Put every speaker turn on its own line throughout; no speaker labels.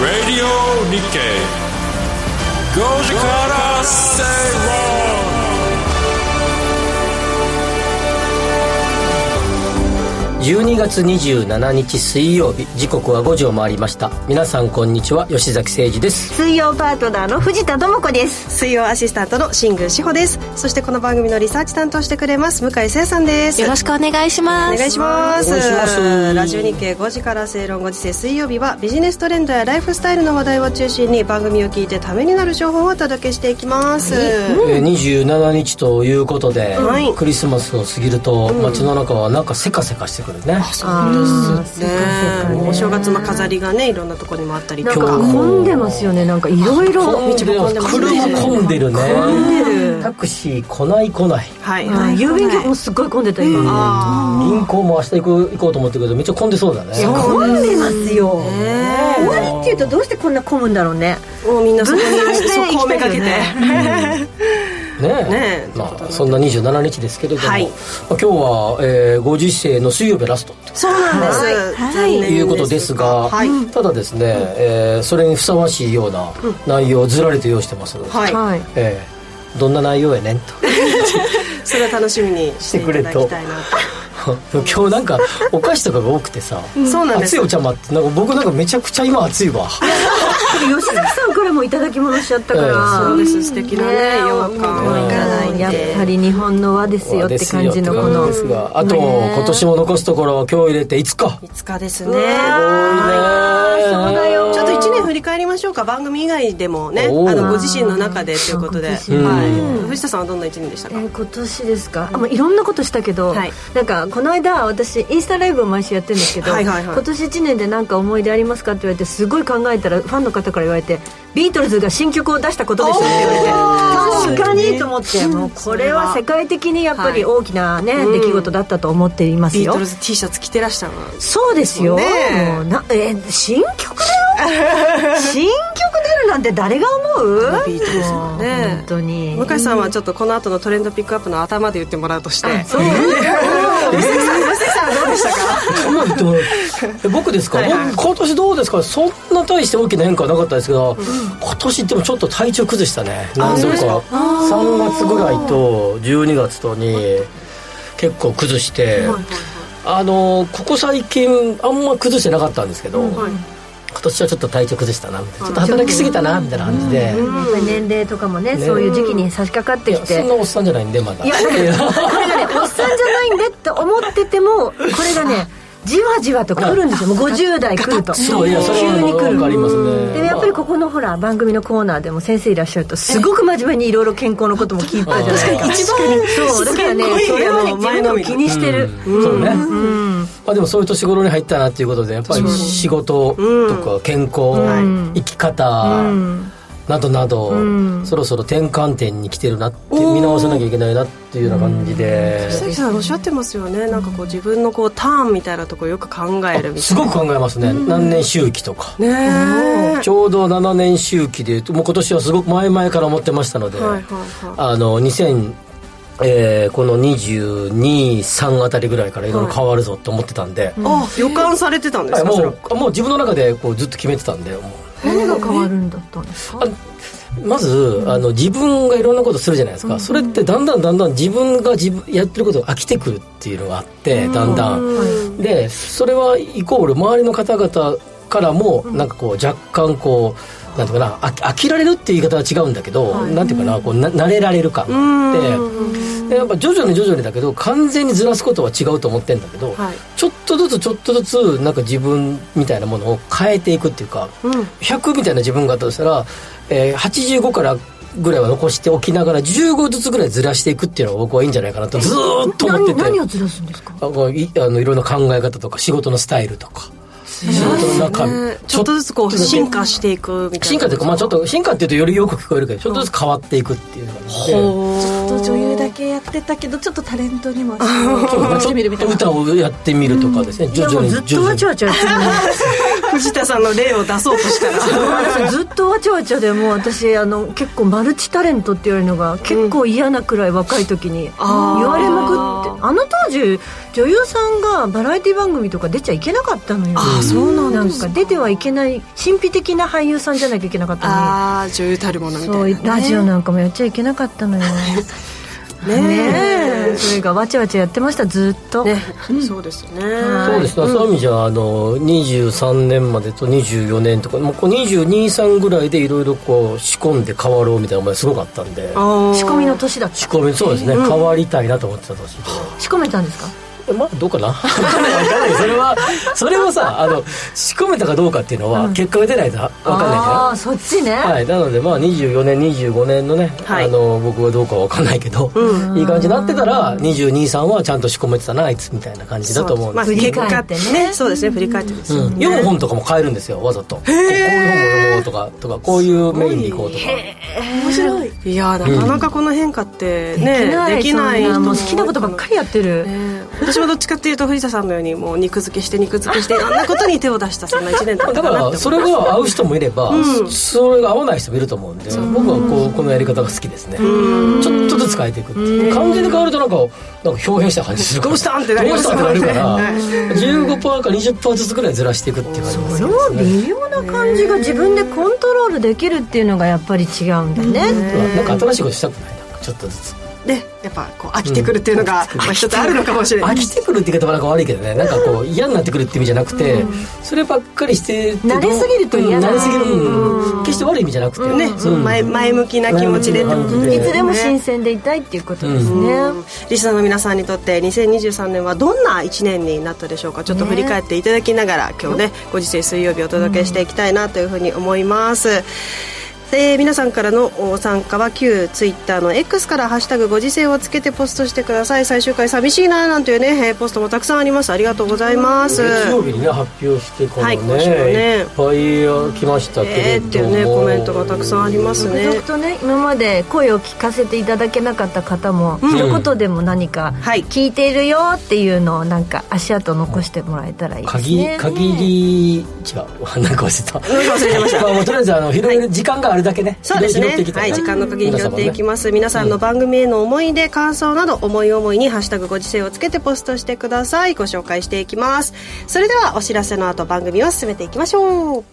Radio Nikkei 5時から正
12月27日水曜日時刻は5時を回りました皆さんこんにちは吉崎誠二です
水曜パートナーの藤田智子です
水曜アシスタントの新宮志保ですそしてこの番組のリサーチ担当してくれます向井聖さんです
よろしくお願いします。
お願いします
お願いします
ラジオ日経5時から正論ご時世水曜日はビジネストレンドやライフスタイルの話題を中心に番組を聞いてためになる情報をお届けしていきます、
えー27日ということで、
はい
クリスマスを過ぎると街の中はなんかせかせかしてくるね、
あーねお正月の飾りがねいろんなところにもあったり
なん
と
か
か
混んでますよねなんかいろいろ
混んでます車混んでるねタクシー来ない来ない
はい、はい
郵便局もすっごい混んでた今
あ
銀行も明日行く行こうと思ってるけどめっちゃ混んでそうだね
混んでますよ
ね
終わりっていうとどうしてこんな混むんだろうね
ーもうみんなそこに
分散して
そこをめがけて、
行きたいよ
ねえ
ねえ
まあ、そんな27日ですけれども、
はい
まあ今日は、えーご時世の水曜日ラスト
そうなんです、
い
残念
ということですが、
はい、
ただですね、えーそれにふさわしいような内容をずらりと用意してますので、
はい
はい
えーどんな内容やねんと
それは楽しみにしていただきたいな
今日なんかお菓子とかが多くてさ、
とそうなんで
熱
す
いお茶もあってなんか僕なんかめちゃくちゃ今熱いわ
吉崎さんからもいただき物しちゃったか
ええ
ら
そうです素敵なね
え
洋館をいただいて
やっぱり日本の和ですよって感じのこ
和
の
ですよって感じですがあと今年も残すところ今日入れて5日
5日ですね
そうだよ
ちょっと1年振り返りましょうか番組以外でもねあ
おー
のご自身の中でということで、
あ
は
ーそうか
い、藤田さんはどんな1年でした
え
か、
ー今年ですか、あまあ、いろんなことしたけど、
はい
なんかこの間私インスタライブを毎週やってるんですけど
はいはいはい
今年1年で何か思い出ありますかって言われてすごい考えたらファンの方から言われてビートルズが新曲を出したことでしたって言われて確かにと思ってもうこれは世界的にやっぱり大きな、ね出来事だったと思っています
ビー
よ
トルズ T シャツ着てらっしゃるの
そうですよ、
ねえ
もうなえー新曲 だよ新曲出るなんて誰が思う
ビートルズのね
もう本当に
向井さんはちょっとこの後のトレンドピックアップの頭で言ってもらうとして吉
そう
崎さん吉崎さんはどうでしたか
そんなん言ってもらうえ 僕ですか、
はいはい
僕今年どうですかそんな大して大きな変化はなかったですが、今年でもちょっと体調崩したねなんと
そうです
か
か
3月ぐらいと12月とに結構崩して、あのここ最近あんま崩してなかったんですけど、
はい
今年はちょっと体調崩したなみたいなちょっと働きすぎたなみたいな感じで、
年齢とかもね
ね
そういう時期に差し掛かっ
い
て
や
き
そ
て
んなおっさんじゃないんでまだ
いやだけどこれがねおっさんじゃないんでって思っててもこれがねじわじわと来るんですよもう50代来ると
そういやそれ
急
は
に来
なん
る
かありますね
でもやっぱりここのほら番組のコーナーでも先生いらっしゃるとすごく真面目にいろいろ健康のことも聞いたじゃないですかそうだからね
すっごい
それも自分の
前のめり
気にしてる
そうね、まあ、でもそういう年頃に入ったなっていうことでやっぱり仕事とか健康、生き方などなど、そろそろ転換点に来てるなって見直さなきゃいけないなっていうような感じで、
吉崎さんおっしゃってますよねなんかこう自分のこうターンみたいなとこよく考えるみた
す
いな
ごく考えますね、何年周期とか、
ねえ
ちょうど7年周期でいうともう今年はすごく前々から思ってましたので、
はいはいはい
あの2000えーこの223あたりぐらいからいろいろ変わるぞって思ってたんで、
あ予感されてたんで
は
す
い
か、それは
もうもう自分の中でこうずっと決めてたんでもう
何が変わるんだったんですか
まずあの自分がいろんなことするじゃないですか、それってだんだんだんだん自分が自分やってることが飽きてくるっていうのがあって、だんだん、でそれはイコール周りの方々からもなんかこう若干こうなんていうかな飽き飽きられるっていう言い方は違うんだけど、なんていうかなこうな慣れられる感があってでやっぱ徐々に徐々にだけど完全にずらすことは違うと思ってんだけど、
はい
ちょっとずつちょっとずつなんか自分みたいなものを変えていくっていうか、100みたいな自分があったとしたら、えー85からぐらいは残しておきながら15ずつぐらいずらしていくっていうのが僕はいいんじゃないかなとずーっと思って
何
て。
何をずらすんですか
あこういあのいろんな考え方とか仕事のスタイルとか仕事の中身
ねちょっとずつこう進化していくみたいな
進化というか、まあ、ちょっと進化っていうとよりよく聞こえるけどちょっとずつ変わっていくっていう感じで、
ちょっと女優だけやってたけど、ちょっとタレントにも足を伸ばしてみるみ
ち
た
ょ
い
っと
な。
歌をやってみるとかですね、
い
徐
やも
々
う
に
ずっ
徐
と
々
わ
に
ちゃわちゃやってる
藤田さんの例を出そうとした ら
ごめんなさい ずっとわちゃわちゃでもう私あの結構マルチタレントって言われるのが結構嫌なくらい若い時に言
あー
われまくってあの当時女優さんがバラエティ番組とか出ちゃいけなかったのよ
あーそうなんだ
か出てはいけない神秘的な俳優さんじゃなきゃいけなかったのに
ああ女優たるものみた
そう
いなね
ラジオなんかもやっちゃいけなかったのよ
ねえ
ねえそれがわちゃわちゃやってましたずっと、
ねそうですよね
そうですね、そういう意味じゃあの23年までと24年とかもうこう223ぐらいでいろいろこう仕込んで変わろうみたいな思いすごかったんで
あー
仕込みの年だった
仕込みそうですね、変わりたいなと思ってた年で
仕込めたんですか
えまあどうかな わかんないわかんないそれはそれはさあの仕込めたかどうかっていうのは結果が出ないとわかんないじゃない
ああーそっちね、
はい、なのでまあ24年25年のね、
はい
あの僕はどうかわかんないけど、いい感じになってたら223はちゃんと仕込めてたなあいつみたいな感じだと思うん
ま
で
あ
す
結
振り
果
返
っ
ってて
ねそうですね振り返ってですよ
うん
ね
読む本とかも変えるんですよわざとここういう本を読もうとかとかこういうメインでいこうとか
面白い
いやーなかなかこの変化ってねできない
そ
人
んなも
も
う好きなことばっかりやってる、
ね私もどっちかっていうと藤田さんのようにもう肉付けして肉付け してあんなことに手を出したそんな一年だっ
だ
た
か
かなって思
らそ
い
れ
ま
が合う人もいれば、
うん
それが合わない人もいると思うんで僕はこうこのやり方が好きですねちょっとずつ変えていくっていう完全に変わるとなんかなんか表現した感じするから
どうしたんってなり
ど
ま
う
す
したんってなるから15%か20%ずつぐらいずらしていくっていう感じです
そ
ね
の微妙な感じが自分でコントロールできるっていうのがやっぱり違うんだね、
なんか新しいことしたくないなんかちょっとずつ
すでやっぱこう飽きてくるっていうのがまあ一つあるのかもしれな
飽
い
きてくるって言い方はなんか悪いけどねなんかこう嫌になってくるって意味じゃなくて、そればっかりしててどう
慣れすぎると嫌
うん
だ
慣れすぎる、うん決して悪い意味じゃなくて
ねその前前向きな気持ちでってこと
うん
ね
いつでも新鮮でいたいっていうことですね、
リスナーの皆さんにとって2023年はどんな1年になったでしょうかちょっと振り返っていただきながら、今日ねご時世水曜日お届けしていきたいなというふうに思います、えー皆さんからのお参加は旧ツイッターの X から「ハッシュタグご時世」をつけてポストしてください最終回寂しいななんていうね、えーポストもたくさんありますありがとうございます、
月曜日にね発表してこの
は
ね,、
い
い、
今週のね
っぱい来ましたけ
え
れ
ー、ってい
ど
う
も、
ねコメントがたくさんあります
続
ね
々とね今まで声を聞かせていただけなかった方も、一言でも何か
はい
聞いてるよっていうのをなんか足跡残してもらえたらいいです
限
ね
り限り違うなんか忘れ
なん
た
か 忘れてました
まあもうとりあえずあの拾える時間があるだけね、
そうです
拾
ね
っていき。た
はいい、
な
時間の限りに拾っていきます。皆さん
う
の
ん
番組への思い出、感想など、思い思いにハッシュタグご時世をつけてポストしてください。ご紹介していきます。それでは、お知らせの後、番組を進めていきましょう。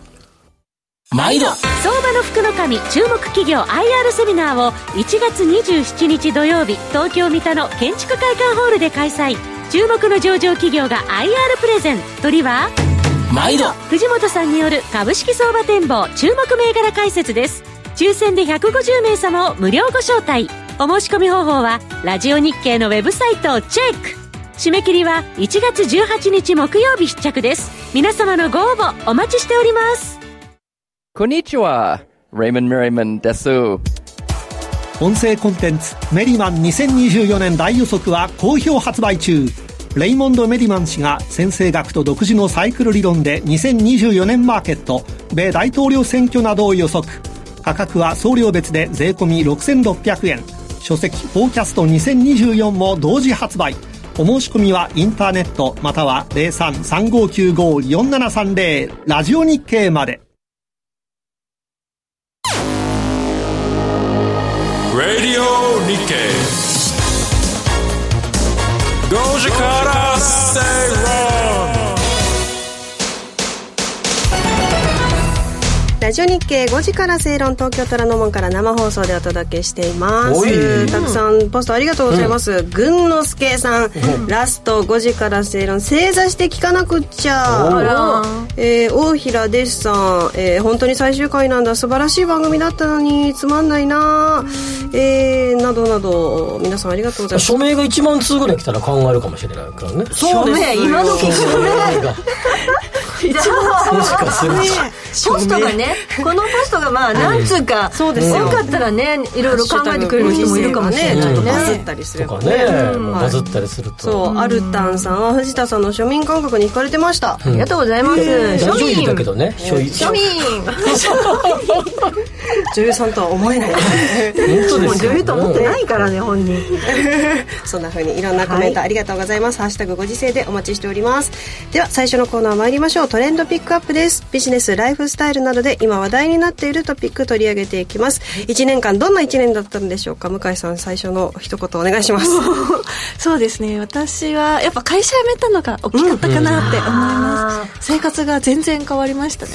毎度
相場の福の神注目企業 IR セミナーを1月27日土曜日東京三田の建築会館ホールで開催注目の上場企業が IR プレゼン鳥は
毎度
藤本さんによる株式相場展望注目銘柄解説です抽選で150名様を無料ご招待お申し込み方法はラジオ日経のウェブサイトをチェック締め切りは1月18日木曜日必着です皆様のご応募お待ちしております
こんにちは。Raymond Merriman です。
音声コンテンツ「メリマン2024年大予測」は好評発売中レイモンド・メリマン氏が先生学と独自のサイクル理論で2024年マーケット米大統領選挙などを予測価格は送料別で税込6600円書籍「フォーキャスト2024」も同時発売お申し込みはインターネットまたは0335954730ラジオ日経まで
Radio Nikkei. Goji Kara Stay Wrong.
ラジオ日経5時から正論東京虎ノ門から生放送でお届けしていま
お
す
い
たくさんポストありがとうございます、群之助さん、ラスト5時から正論正座して聞かなくっち
お
ゃ
ら、
えー大平デスさん、えー本当に最終回なんだ素晴らしい番組だったのにつまんないな、えーなどなど皆さんありがとうございます
署名が1万通ぐらい来たら考えるかもしれないから
そう
ね
ですよ
署名今時
署名がもしかすると
ポストがねこのポストがまあ何通か多
ですよ
かったらねいろいろ考えてくれる人もいるかもしれ
ねち
な
ょっ
い
と
ね
バズったりすれ
と
ば
か
ね
ね、バズったりすると
そう、アルタンさんは藤田さんの庶民感覚に惹かれてました、
ありがとうございます
大
庶
女優
民
だけどね、所有
庶民
女優さんとは思えない
本当
も
で
う
すよ
女優と思ってないからね本人
そんな風にいろんなコメント
はい
ありがとうございます、ハッシュタグご時世でお待ちしておりますでは最初のコーナー参りましょうトレンドピックアップですビジネスライフスタイルなどで今話題になっているトピック取り上げていきます1年間どんな1年だったんでしょうか向井さん最初の一言お願いします
そうですね私はやっぱ会社辞めたのが大きかったかなって思います、生活が全然変わりましたね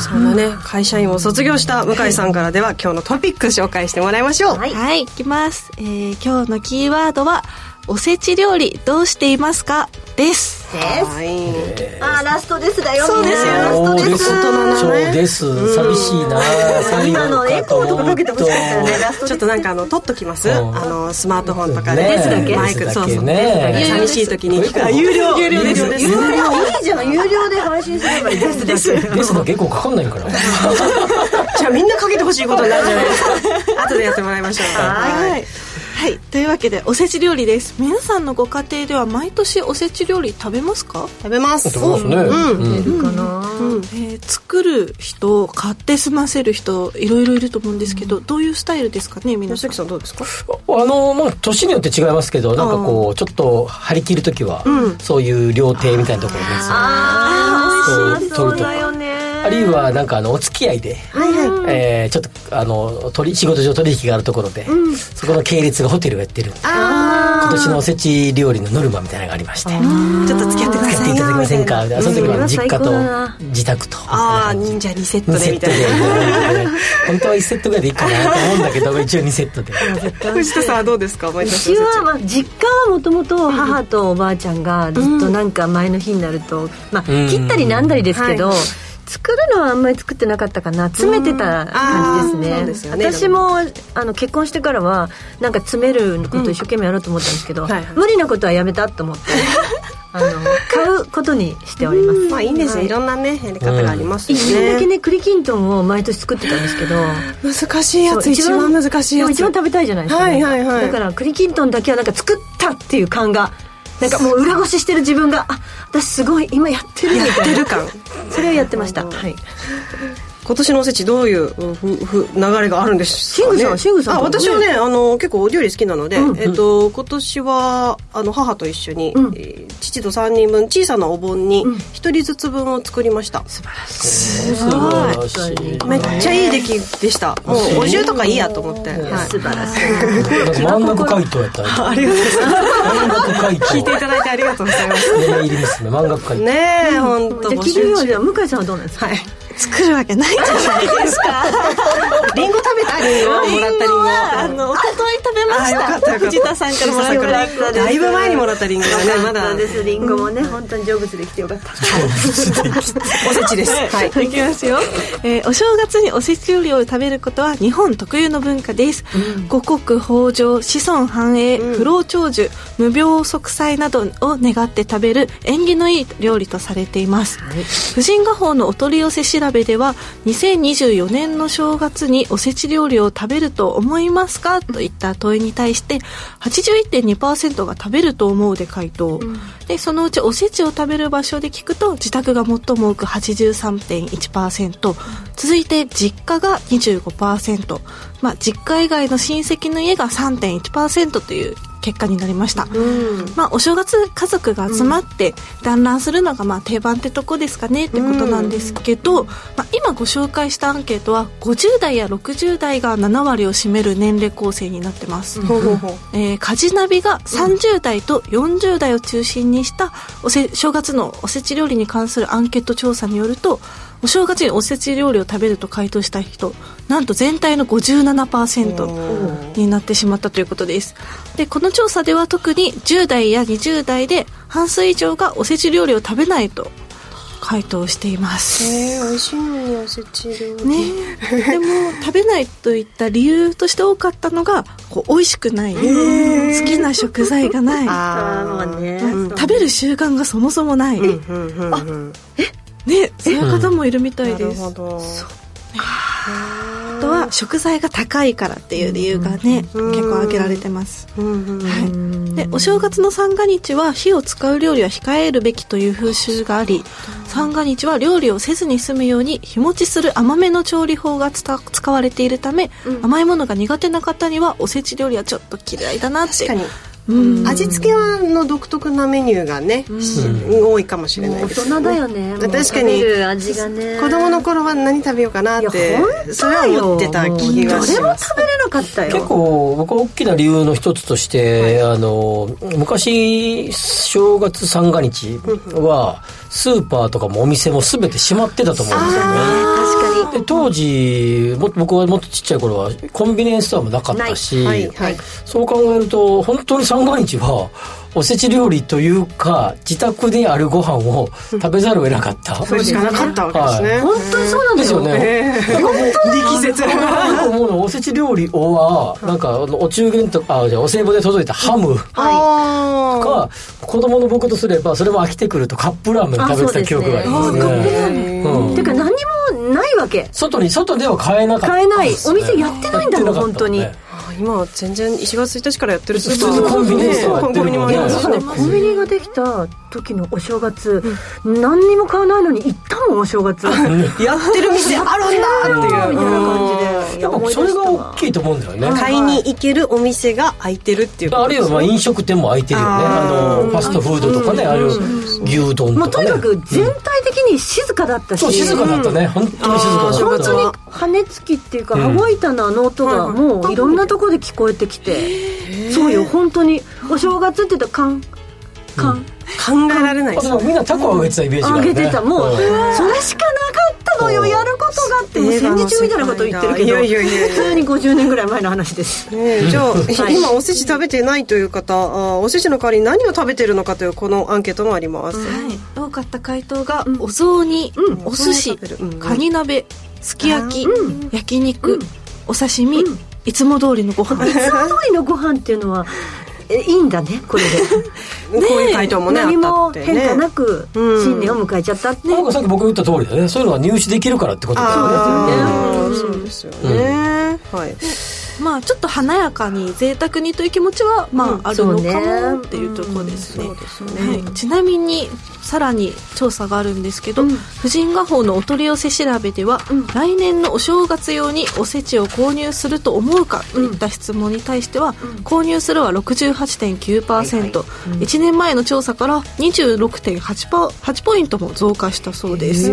そんなね 会社員を卒業した向井さんからでは今日のトピック紹介してもらいましょう、
はい、い、きます、えー今日のキーワードはおせち料理どうしていますかです
はい
あーラストですだよ
そうですよ
みん
そ
な
うで
大人のね
すそうです寂しいな最後
今のエコーとかかけてほしかったよねラスト
ちょっとなんかあの撮っときます、
うん
あのスマートフォンとかで、
ね
ですだけマイ
で
ク
す
そ
だ
う
けね
そうですだけ寂しい時に聞くあ有料有料です
有料いいじゃん有料で配信すればいいですです
ですの結構かかんないから
じゃあみんなかけてほしいことになるじゃないですか後でやってもらいましょう
はい、は
はい
いというわけでおせち料理です皆さんのご家庭では毎年おせち料理食べますか、
食べます
そうですね
うん
うん
かな
えー作る人買って済ませる人いろいろいると思うんですけど、どういうスタイルですかね皆さん
関さんどうですか
あのまあ年によって違いますけどなんかこうちょっと張り切る時は、そういう料亭みたいなところです
あー
ー
美味しそうだよね
あるいはなんかあのお付き合いで、えーちょっとあの取り仕事上取引があるところで、そこの系列がホテルがやってるんで今年のおせち料理のノルマみたいなのがありまして
ちょっと付き合ってくだ
使っ
さ
て
い
いただけませんかみたいなその時は実家
それは最高だ
と
な
自宅と
ああ忍者2セット
2
で
セ
み
ット
たい
で
な
本当は1セットぐらいでいいかなと思うんだ けど一応2セットで
藤田さんはどうですか毎
う
年
ちは、まあ、実家はもともと母とおばあちゃんがずっとなんか前の日になると、まあ、
うん
切ったりなんだりですけど、作るのはあんまり作ってなかったかな詰めてた感じ
うんあーそう
で
ですす
ね
よね
私もあの結婚してからはなんか詰めること一生懸命やろうと思ったんですけど、
んはいはい
無理なことはやめたと思 ってあの買うことにしております
まあいいんですよいろんなねやり方があります
一
し
瞬だ
ね
けね栗きんとんを毎年作ってたんですけど
難しいや
そ
つ
う
一番難しいや
でも
つ
一番食べたいじゃないですか、
はいはいはい
だから栗きんとんだけはなんか作ったっていう感がなんかもう裏ごししてる自分があ私すごい今やってるみたいな
やってる感
それをやってました、はい、
今年のおせちどういうふふ流れがあるんですか、ね、
シングさんシングさん
あ
どう
私はねあの結構お料理好きなので、えっと今年はあの母と一緒に、
うん
えー父と3人分小さなお盆に
うん
一人ずつ分を作りました、
素晴らしい
めっちゃいい出来でしたもうお重とかいいやと思って、はい
素晴らしい
真ん中回答やったら
ありがとうございます
真ん中回答
聞いていただいてありがとうございます
嫁入り娘漫画回答
ねえ本当
じゃあ聞いてみようじゃあ向井さんはどうなんですか、
はい
作るわけないじゃないですか
リンゴ食べたりをもらったりも
はあのおととい食べまし
あよか
た
ったよかった
藤田さんからもらった
藤田さんからだいぶ前にもらったリンゴがねまだ
そうですリンゴもね、本当に成仏できてよかった
おせちですはい
いきますよ、えーお正月におせち料理を食べることは日本特有の文化です、五穀豊穣子孫繁栄、不老長寿無病息災などを願って食べる縁起のいい料理とされています、婦人画報のお取り寄せ調べでは2024年の正月におせち料理を食べると思いますかといった問いに対して81.2%が食べると思うで回答、でそのうちおせちを食べる場所で聞くと自宅が最も多く83.1%続いて実家が25%、まあ、実家以外の親戚の家が3.1%という結果になりました、まあ、お正月家族が集まって団らんするのがまあ定番ってとこですかねってことなんですけど、まあ、今ご紹介したアンケートは50代や60代が7割を占める年齢構成になってます、
ほうほうほう
えー、カジナビが30代と40代を中心にしたおせ正月のおせち料理に関するアンケート調査によるとお正月におせち料理を食べると回答した人なんと全体の57%になってしまったということですでこの調査では特に10代や20代で半数以上がおせち料理を食べないと回答しています
えー、美味しいのにおせち料理、
ね、でも食べないといった理由として多かったのがこう美味しくない好きな食材がない
ああ
まあね
うん食べる習慣がそもそもない、ね
うんうんうん
そういう方もいるみたい
なる
です、
ほ
あ
ど
とは食材が高いからっていう理由がね、
ん
結構挙げられてます、
うんうん
はいでお正月の三が日は火を使う料理は控えるべきという風習があり三が日は料理をせずに済むように日持ちする甘めの調理法がつた使われているため、甘いものが苦手な方にはおせち料理はちょっと嫌いだなって
確かに味付けはあの独特なメニューがね、多いかもしれない
大
です
人だよねもう
確かに
食べる味がね
子供の頃は何食べようかなっ
い
て
や本当だよ
それは思ってた気がし
どれも
ます
食べれなかったよ
結構僕は大きな理由の一つとして、あの昔正月三が日はスーパーとかもお店も全て閉まってたと思うんですよね。
確か
で当時も僕はもっとちっちゃい頃はコンビニエンスストアもなかったし、
はいはい
そう考えると本当に三が日はおせち料理というか自宅であるご飯を食べざるを得なかった。
それしかなかったわけですね、
はい
に本当にそうなん
で
ですす
よ
よ
ね。
力説
よく思うのはおせち料理はなんかあのお中元とかあじゃあお歳暮で届いたハム
あー
か子供の僕とすればそれも飽きてくるとカップラーメン食べてた記憶がありますね
あそうですね
うん
てか何もないわけ
外に外では買えなかった
買えない
ですね
お店やってないんだもん
やってなかったね
本
今は全然1月1日からやってるス
普
ー
通
パー
のコンビニエンスストアや
コ
っ
ン
て
ビ
る
ニ
も
もあ
んね
ります
そう
しね
ねコンビニができた時のお正月、何にも買わないのに行ったもんお正月 やってる
やってる店あるんだ
みたいな感じでい
で
や
も
思い
そ
出
れ
した
が
わ
大きいと思うんだよね
買いに行けるお店が開いてるっていうこと
あるいはまあ飲食店も開いてるよねあのファストフードとかねある牛丼
もう
と
と
か
に
ね
かく全体的に静かだったし、
そう静かだったね本当に静かだった
本当に羽根つきっていうか、羽子板のあの音がもういろんなとこで聞こえてきて、そうよ本当にお正月って言ったらカンカン
考えられない
あ
です
でもみんなタコは植えてたイメージがあ
上
るね
げてたもうそれしかなかったのよ
そう
やることがってもう千日みたいなこと言ってるけ
い
ど
やいやいやいや
普通に50年ぐらい前の話です
ねえじゃあ、
はい
今おせち食べてないという方あーおせちの代わりに何を食べてるのかというこのアンケートもあります、
はい、多かった回答が、お雑煮、お
お雑
寿司
煮食べるうん
カニ鍋すき焼き、焼肉、お刺身、いつも通りのご飯
いつも通りのご飯っていうのはえいいんだねこれ
こういう回答も
で
ねあ
何
ったっ
も
て
変化
ね
なく
うん
新年を迎えちゃったって
なんかさっき僕言った通りだねそういうのは入手できるからってことですよね
あーそうですよね、はい
まあちょっと華やかに贅沢にという気持ちはまああるのかもっていうところですね,、はい、ちなみにさらに調査があるんですけど、婦人画報のお取り寄せ調べでは、来年のお正月用におせちを購入すると思うかといった質問に対しては、購入するは68.9%、1年前の調査から26.8パー8ポイントも増加したそうです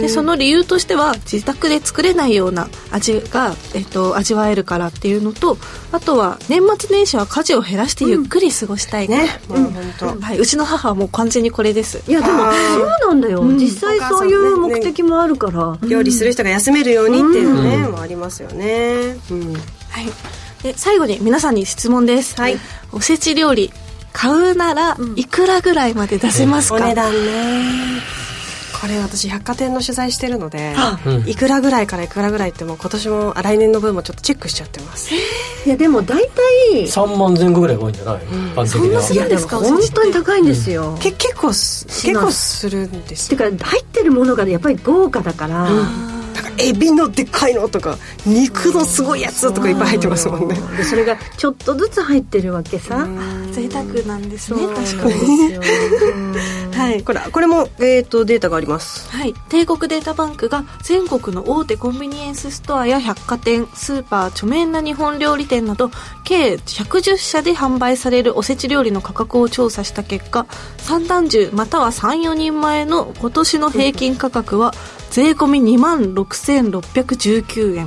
でその理由としては自宅で作れないような味が、えっと、味わえるからっていうのとあとは年末年始は家事を減らしてゆっくり過ごしたいから、
もう本当、
はい、うちの母はもう完全にこれです
いやでもそうなんだよ実際そういう
お母さんね
目的もあるから
料理する人が休めるようにっていうのね、もありますよね、うん
はい、で最後に皆さんに質問です、
はい
おせち料理買うならいくらぐらいまで出せますか、
お値段ねこれ私百貨店の取材してるので、
うん
いくらぐらいからいくらぐらいってもう今年もあ来年の分もちょっとチェックしちゃってます
いやでも大体
3万前後ぐらいが多いんじゃない一般的
んな
な
すごいやですか
いやも本当に高いんですよ
け結構す
ま
結構するんです
て
よ
か入ってるものがやっぱり豪華だから
なんかエビのでっかいのとか肉のすごいやつとかいっぱい入ってますもんね
でそれがちょっとずつ入ってるわけさ
贅沢なんですね確
そ
か
う
に
ですようん
はい
これこれも、えー、とデータがあります
はい、帝国データバンクが全国の大手コンビニエンスストアや百貨店スーパー著名な日本料理店など計110社で販売されるおせち料理の価格を調査した結果三段重または34人前の今年の平均価格は税込み2万6619円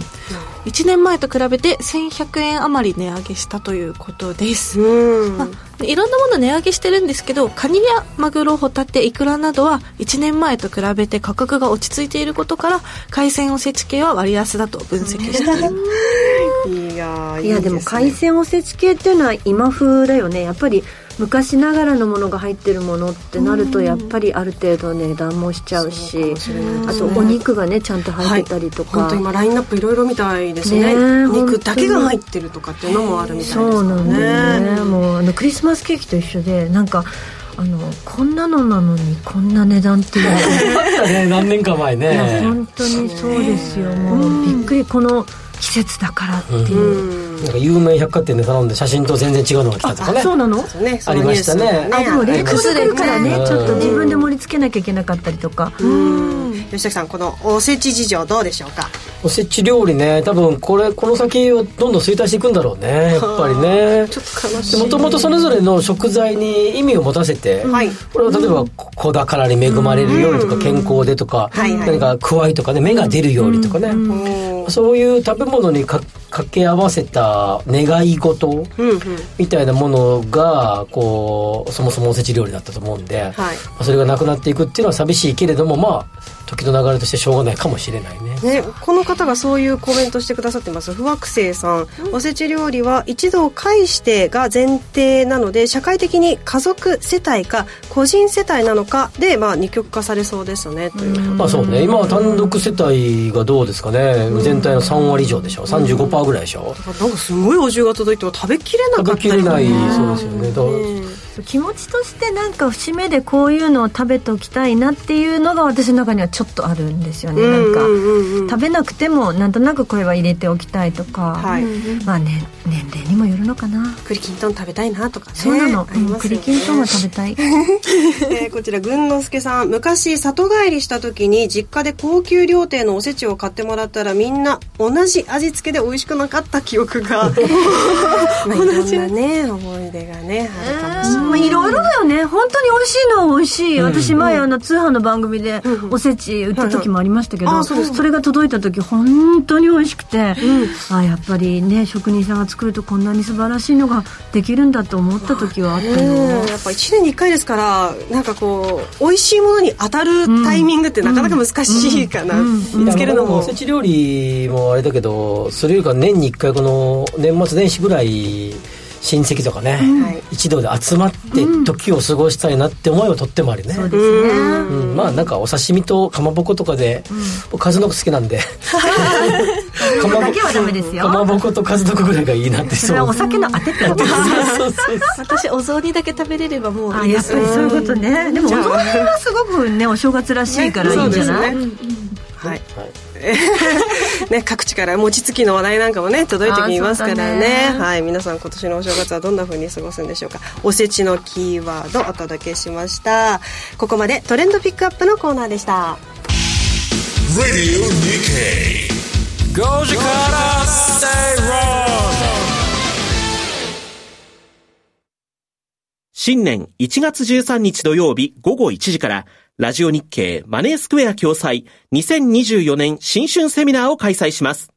1年前と比べて1100円余り値上げしたということです
うん
まあいろんなもの値上げしてるんですけどカニやマグロホタテイクラなどは1年前と比べて価格が落ち着いていることから海鮮おせち系は割安だと分析している
いや
いやでも海鮮おせち系っていうのは今風だよねやっぱり昔ながらのものが入ってるものってなるとやっぱりある程度値段もしちゃうしあとお肉がねちゃんと入ってたりと
本
か
当今ラインナップいろいろみたいです
ね
ね
え
肉だけが入ってるとかっていうのもあるみたいです
そうなんだよね
ね
もうあのクリスマスケーキと一緒でなんかあのこんなのなのにこんな値段って いうのが
ね何年か前
いや
ね
本当にそうですよもうびっくりこの季節だからっていう、
うん
なんか有名百貨店で頼んで写真と全然違うのが来たとかね
そうなの
ねそ
あ
の
り
ニュ
ま
ー
した
ス
ね
が
あでも
ね
レクス来るからね
うん
ちょっと自分で盛り付けなきゃいけなかったりとか
吉崎さんこのおせち事情どうでしょうか
おせち料理ね多分これこの先はどんどん衰退していくんだろうねやっぱりね
ちょっと悲しい
もともとそれぞれの食材に意味を持たせて、
はい
これを例えばこ子宝に恵まれるようにとか、健康でとか、
はいはい
何か加えとかね目が出るようにとかね、
うん
そういう食べ物にか掛け合わせた願い事
うんうん
みたいなものがこうそもそもおせち料理だったと思うんで、まあそれがなくなっていくっていうのは寂しいけれどもまあ時の流れとしてしょうがないかもしれないね。
ね、この方がそういうコメントしてくださってます不惑星さんおせち料理は一度返してが前提なので社会的に家族世帯か個人世帯なのかで、まあ、二極化されそうですねという
まあそうね今は単独世帯がどうですかね全体の3割以上でしょ35%ぐらいでしょ
なんかすごいお重が届いても食べきれなか
食
っ
べき
た
れ
りとか
ない
ね
そうですよねだから
気持ちとしてなんか節目でこういうのを食べておきたいなっていうのが私の中にはちょっとあるんですよね、
うん
な
うん
んか
うんうん
食べなくてもなんとなくこれは入れておきたいとか、
はい
まあね年齢にもよるのかな、
栗きんとん食べたいなとかね
そうなの
ありますよね
栗きんとんは食べたい
えーこちら群之助さん昔里帰りした時に実家で高級料亭のおせちを買ってもらったらみんな同じ味付けで美味しくなかった記 憶がまあいろんなね思い出がねあるかもしれない
まあいろいろだよね本当に美味しいのは美味しい、私前あの通販の番組でおせち売った時もありましたけど、
はいはいあそうです
それが届いた時本当に美味しくて、あやっぱりね職人さんが作るとこんなに素晴らしいのができるんだと思った時はあったよ、
うんやっぱ1年に1回ですからなんかこう美味しいものに当たるタイミングってなかなか難しいかな、見つけるの
いや僕
も
おせち料理もあれだけどそれよりか年に1回この年末年始ぐらい親戚とかね、
はい
一同で集まって時を過ごしたいなって思いはとってもあるね、
そうですね、
うんまあなんかお刺身とかまぼことかで、僕数の子好き なんでかまぼ
だけはダメですよ
かまぼこと数の子ぐらいがいいなって
それはお酒のあてってこ と
そうそう
私お雑煮だけ食べれればもう
あ
いいで
やっ
す
ぱりそういうことねでもお雑煮はすごくねお正月らしいからいいんじゃない、
ねそうですねはい、 ね、各地から餅つきの話題なんかもね届いてきますから
あー
ね
そうだね
はい、皆さん今年のお正月はどんな風に過ごすんでしょうかおせちのキーワードお届けしましたここまでトレンドピックアップのコーナーでした
Radio Nikkei. Gojikara Seiron.
新年1月13日土曜日午後1時から、ラジオ日経マネースクエア共催2024年新春セミナーを開催します。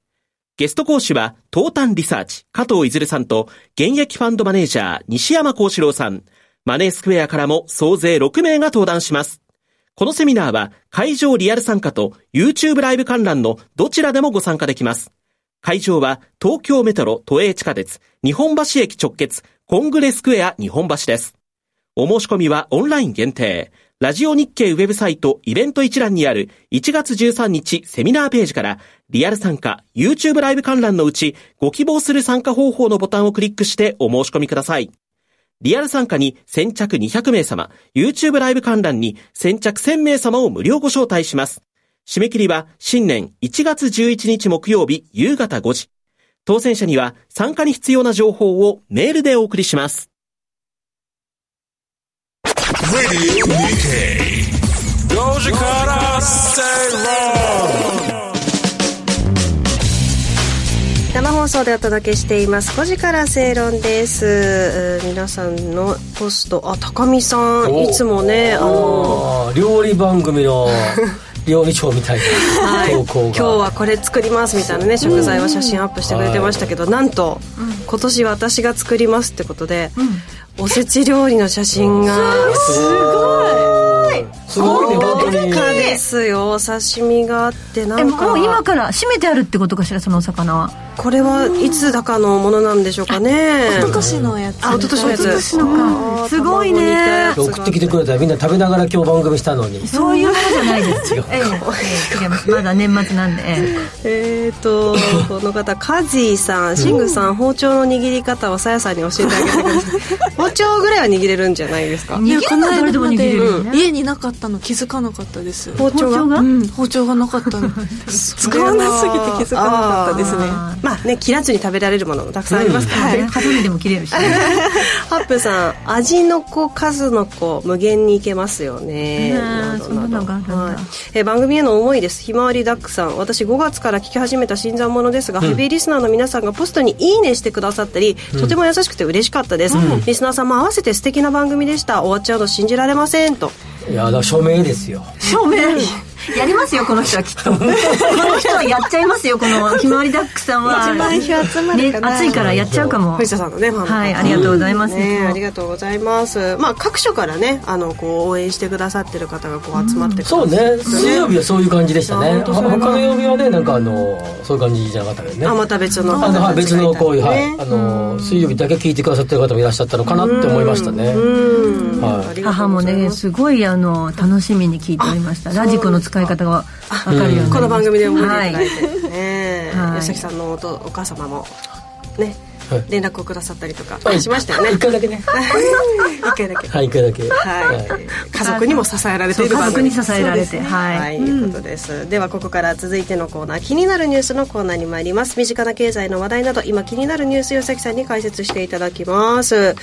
ゲスト講師は、東端リサーチ、加藤いずるさんと、現役ファンドマネージャー、西山幸四郎さん。マネースクエアからも総勢6名が登壇します。このセミナーは、会場リアル参加と YouTube ライブ観覧のどちらでもご参加できます。会場は東京メトロ都営地下鉄日本橋駅直結コングレスクエア日本橋です。お申し込みはオンライン限定。ラジオ日経ウェブサイトイベント一覧にある1月13日セミナーページからリアル参加 YouTube ライブ観覧のうちご希望する参加方法のボタンをクリックしてお申し込みください。リアル参加に先着200名様、YouTube ライブ観覧に先着1000名様を無料ご招待します。締め切りは新年1月11日木曜日夕方5時。当選者には参加に必要な情報をメールでお送りします。
Radio Nikkei. Gojikara Seiron.
生放送でお届けしています5時から正論ですうー皆さんのポストあ高見さん
お
いつもねあの
あー料理番組の料理長みたい
は、
ない投
今
稿が、
日はこれ作りますみたいなね食材は写真アップしてくれてましたけど、なんと、今年私が作りますってことで、おせち料理の写真が
すごいすごいね本当に
かですよお刺身があってな
え
ん
も
か
う今から閉めてあるってことかしらそのお魚は
これはいつだかのものなんでしょうかね
一昨年のやつ
あ一昨年のやつ
のかすごいね
送ってきてくれたらみんな食べながら今日番組したのに
そういうものじゃないです
違う
ええええ違いますまだ年末なんで、ええ
えーとこの方カズーさんシングさん包丁の握り方をさやさんに教えてあげてくださ い包丁ぐらいは握れるんじゃないですか
握るのはどれでも握れるよね
家になかったの気づかなかったです
包丁が
うん、包丁がなかったの使わなすぎて気づかなかったですね
あーまあね切らずに食べられるものもたくさんありますから、
はい
ハサミでも切れるしね、
ハップさん味の子数の子無限にいけますよね
ね
などなど
そんなのがあるんだ
はいえー番組への思いですひまわりダックさん私5月から聞き始めた新参者ですが、ヘビーリスナーの皆さんがポストに「いいね」してくださったり、とても優しくて嬉しかったです、リスナーさんも合わせて素敵な番組でした終わっちゃうの信じられませんと
いやだから署名ですよ
正面やりますよこの人はきっとこの人はやっちゃいますよこのひまわりダックさんは
一番日集まるかな
ね、暑いからやっちゃうかも
藤田さんのねファンの方
はいありがとうございます、
ね、ありがとうございます。まあ各所からね、あのこう応援してくださってる方がこう集まってくださ
そ
っ
う
て、
ね水曜日はそういう感じでした
あ
ね
本当そ
他
うだ
の曜日はねなんかあのそういう感じじゃなかったけどね
あまた別の
あ
方
のはい
たち
別
がいたりね
のこういう、はい、あの水曜日だけ聞いてくださってる方もいらっしゃったのかなって思いましたね
うん
はい
ありがと
母
うご
も
ざい
ね
ます
すごいあの楽しみに聞いておりましたラジコの使い方が分かるようになりました
この番組で覚えていただ
はい
いて、ね
はい
吉崎さんのおとお母様もね
はい
連絡をくださったりとか
はい
しましたよ ね。
一回だけね
一回だけ。
はい一回だ
は
け
い、家族にも支えられている
そう
番
家族
組
に支えられて、はい、
はい、いうことです、ではここから続いてのコーナー気になるニュースのコーナーに参ります身近な経済の話題など今気になるニュースを崎さんに解説していただきます、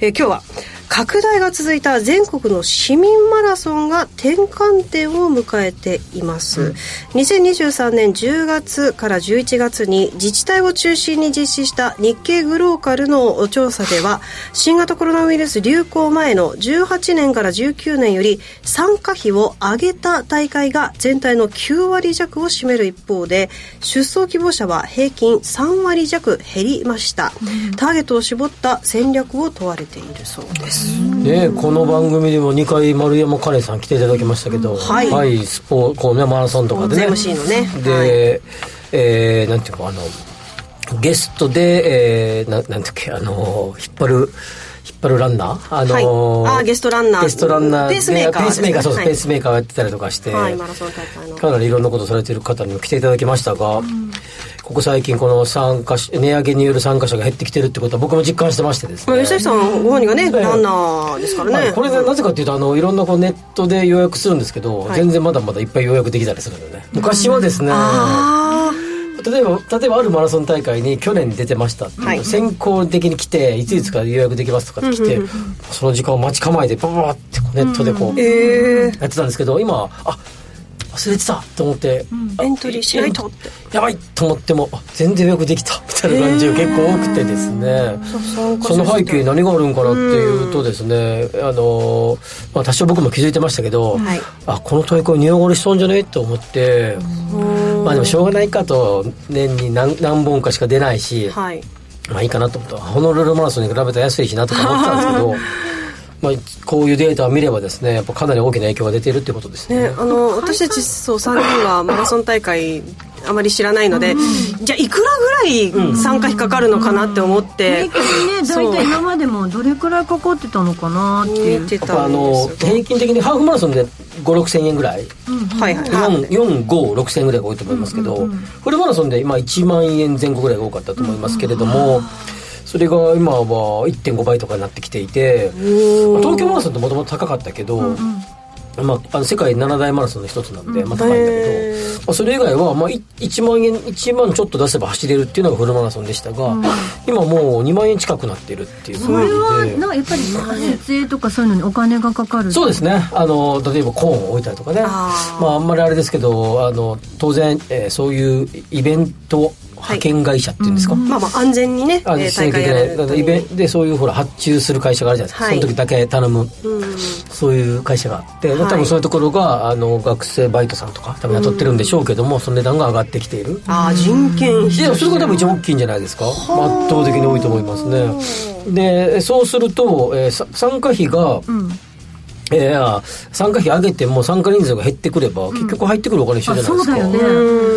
えー今日は拡大が続いた全国の市民マラソンが転換点を迎えています、2023年10月から11月に自治体を中心に実施した日経グローカルの調査では新型コロナウイルス流行前の18年から19年より参加費を上げた大会が全体の9割弱を占める一方で出走希望者は平均3割弱減りました、ターゲットを絞った戦略を問われているそうです、
ね、この番組でも2回丸山カレンさん来ていただきましたけど、
はい
スポーこう、ね、マラソンとかでね
MC のね
で、
はい
えーなんていうかあのゲストで、えー、ななんていうっけあの引っ張る引っ張るランナーあの
はいあーゲストランナー
ゲストランナーで
ペースメーカー
ペースメーカーそう
ですねは
そう
い
ペースメーカーをやってたりとかして、
はいマラソン大会の
かなりいろんなことをされている方にも来ていただきましたが、ここ最近この参加し値上げによる参加者が減ってきてるってことは僕も実感してましてです
ま
ね
あ、吉崎さんご本人がね
ね
ランナーですから
は
ね
いこれでなぜかっていうとあのいろんなこうネットで予約するんですけど、
はい
全然まだまだいっぱい予約できたりするんでね昔はですね、
あ
例えば例えばあるマラソン大会に去年出てましたっていう、
はい
先行的に来ていついつから予約できますとかって来て、その時間を待ち構えてバババってこうネットでこう、
あえ
やってたんですけど今あ忘れてたと思って、
ー、エントリーしないとって
やばいと思ってもあ全然予約できたみたいな感じが結構多くてですね、その背景に何があるんかなっていうとですね、あのまあ、多少僕も気づいてましたけど、
はい
あこの大会見汚れしそうじゃねと思って、まあでもしょうがないかと年に何何本かしか出ないし、
はい
まあいいかなと思ったホノルルマラソンに比べたら安いしなとか思ってたんですけど まあこういうデータを見ればですねやっぱかなり大きな影響が出ているってことですね
ね、あの私たちそう3人はマラソン大会あまり知らないので、じゃあいくらぐらい参加費かかるのかなって思って
平、均ね
そう
大体今までもどれくらいかかってたのかなってい
見
う
て
やっぱ
た
あ
ん
の
です
平均的にハーフマラソンで56000円ぐらい
はいはいはい
456,000円ぐらいが多いと思いますけど、フルマラソンで今1万円前後ぐらいが多かったと思いますけれども、それが今は1.5倍とかになってきていて、まあ東京マラソンってもともと高かったけど、まあ、あの世界7大マラソンの一つなんで、まあ、高いんだけど、まあ、それ以外は、まあ、い1万円1万ちょっと出せば走れるっていうのがフルマラソンでしたが、今もう2万円近くなってるっていう
これ
感じで
はなやっぱり撮影とかそういうのにお金がかかる
そうですねあの例えばコーンを置いたりとかね
あー
まあ、あんまりあれですけどあの当然、えーそういうイベント派遣会社っていうんですか、
まあまあ安全にね
あの
えー
しな
大
きゃい
会
け
や
な
れ
い
る
だ
の
ってイベントでそういうほら発注する会社があるじゃないですか、
はい
その時だけ頼む、そういう会社があって、まあ多分そういうところがあの学生バイトさんとか多分雇ってるんでしょうけども、その値段が上がってきている
ああ人件費
いやそれが多分一番大きいんじゃないですか圧倒的に多いと思いますねでそうすると、えーさ参加費が、えーあ参加費上げても参加人数が減ってくれば、結局入ってくるお金一緒じゃない
そ
で
う
すか
だよね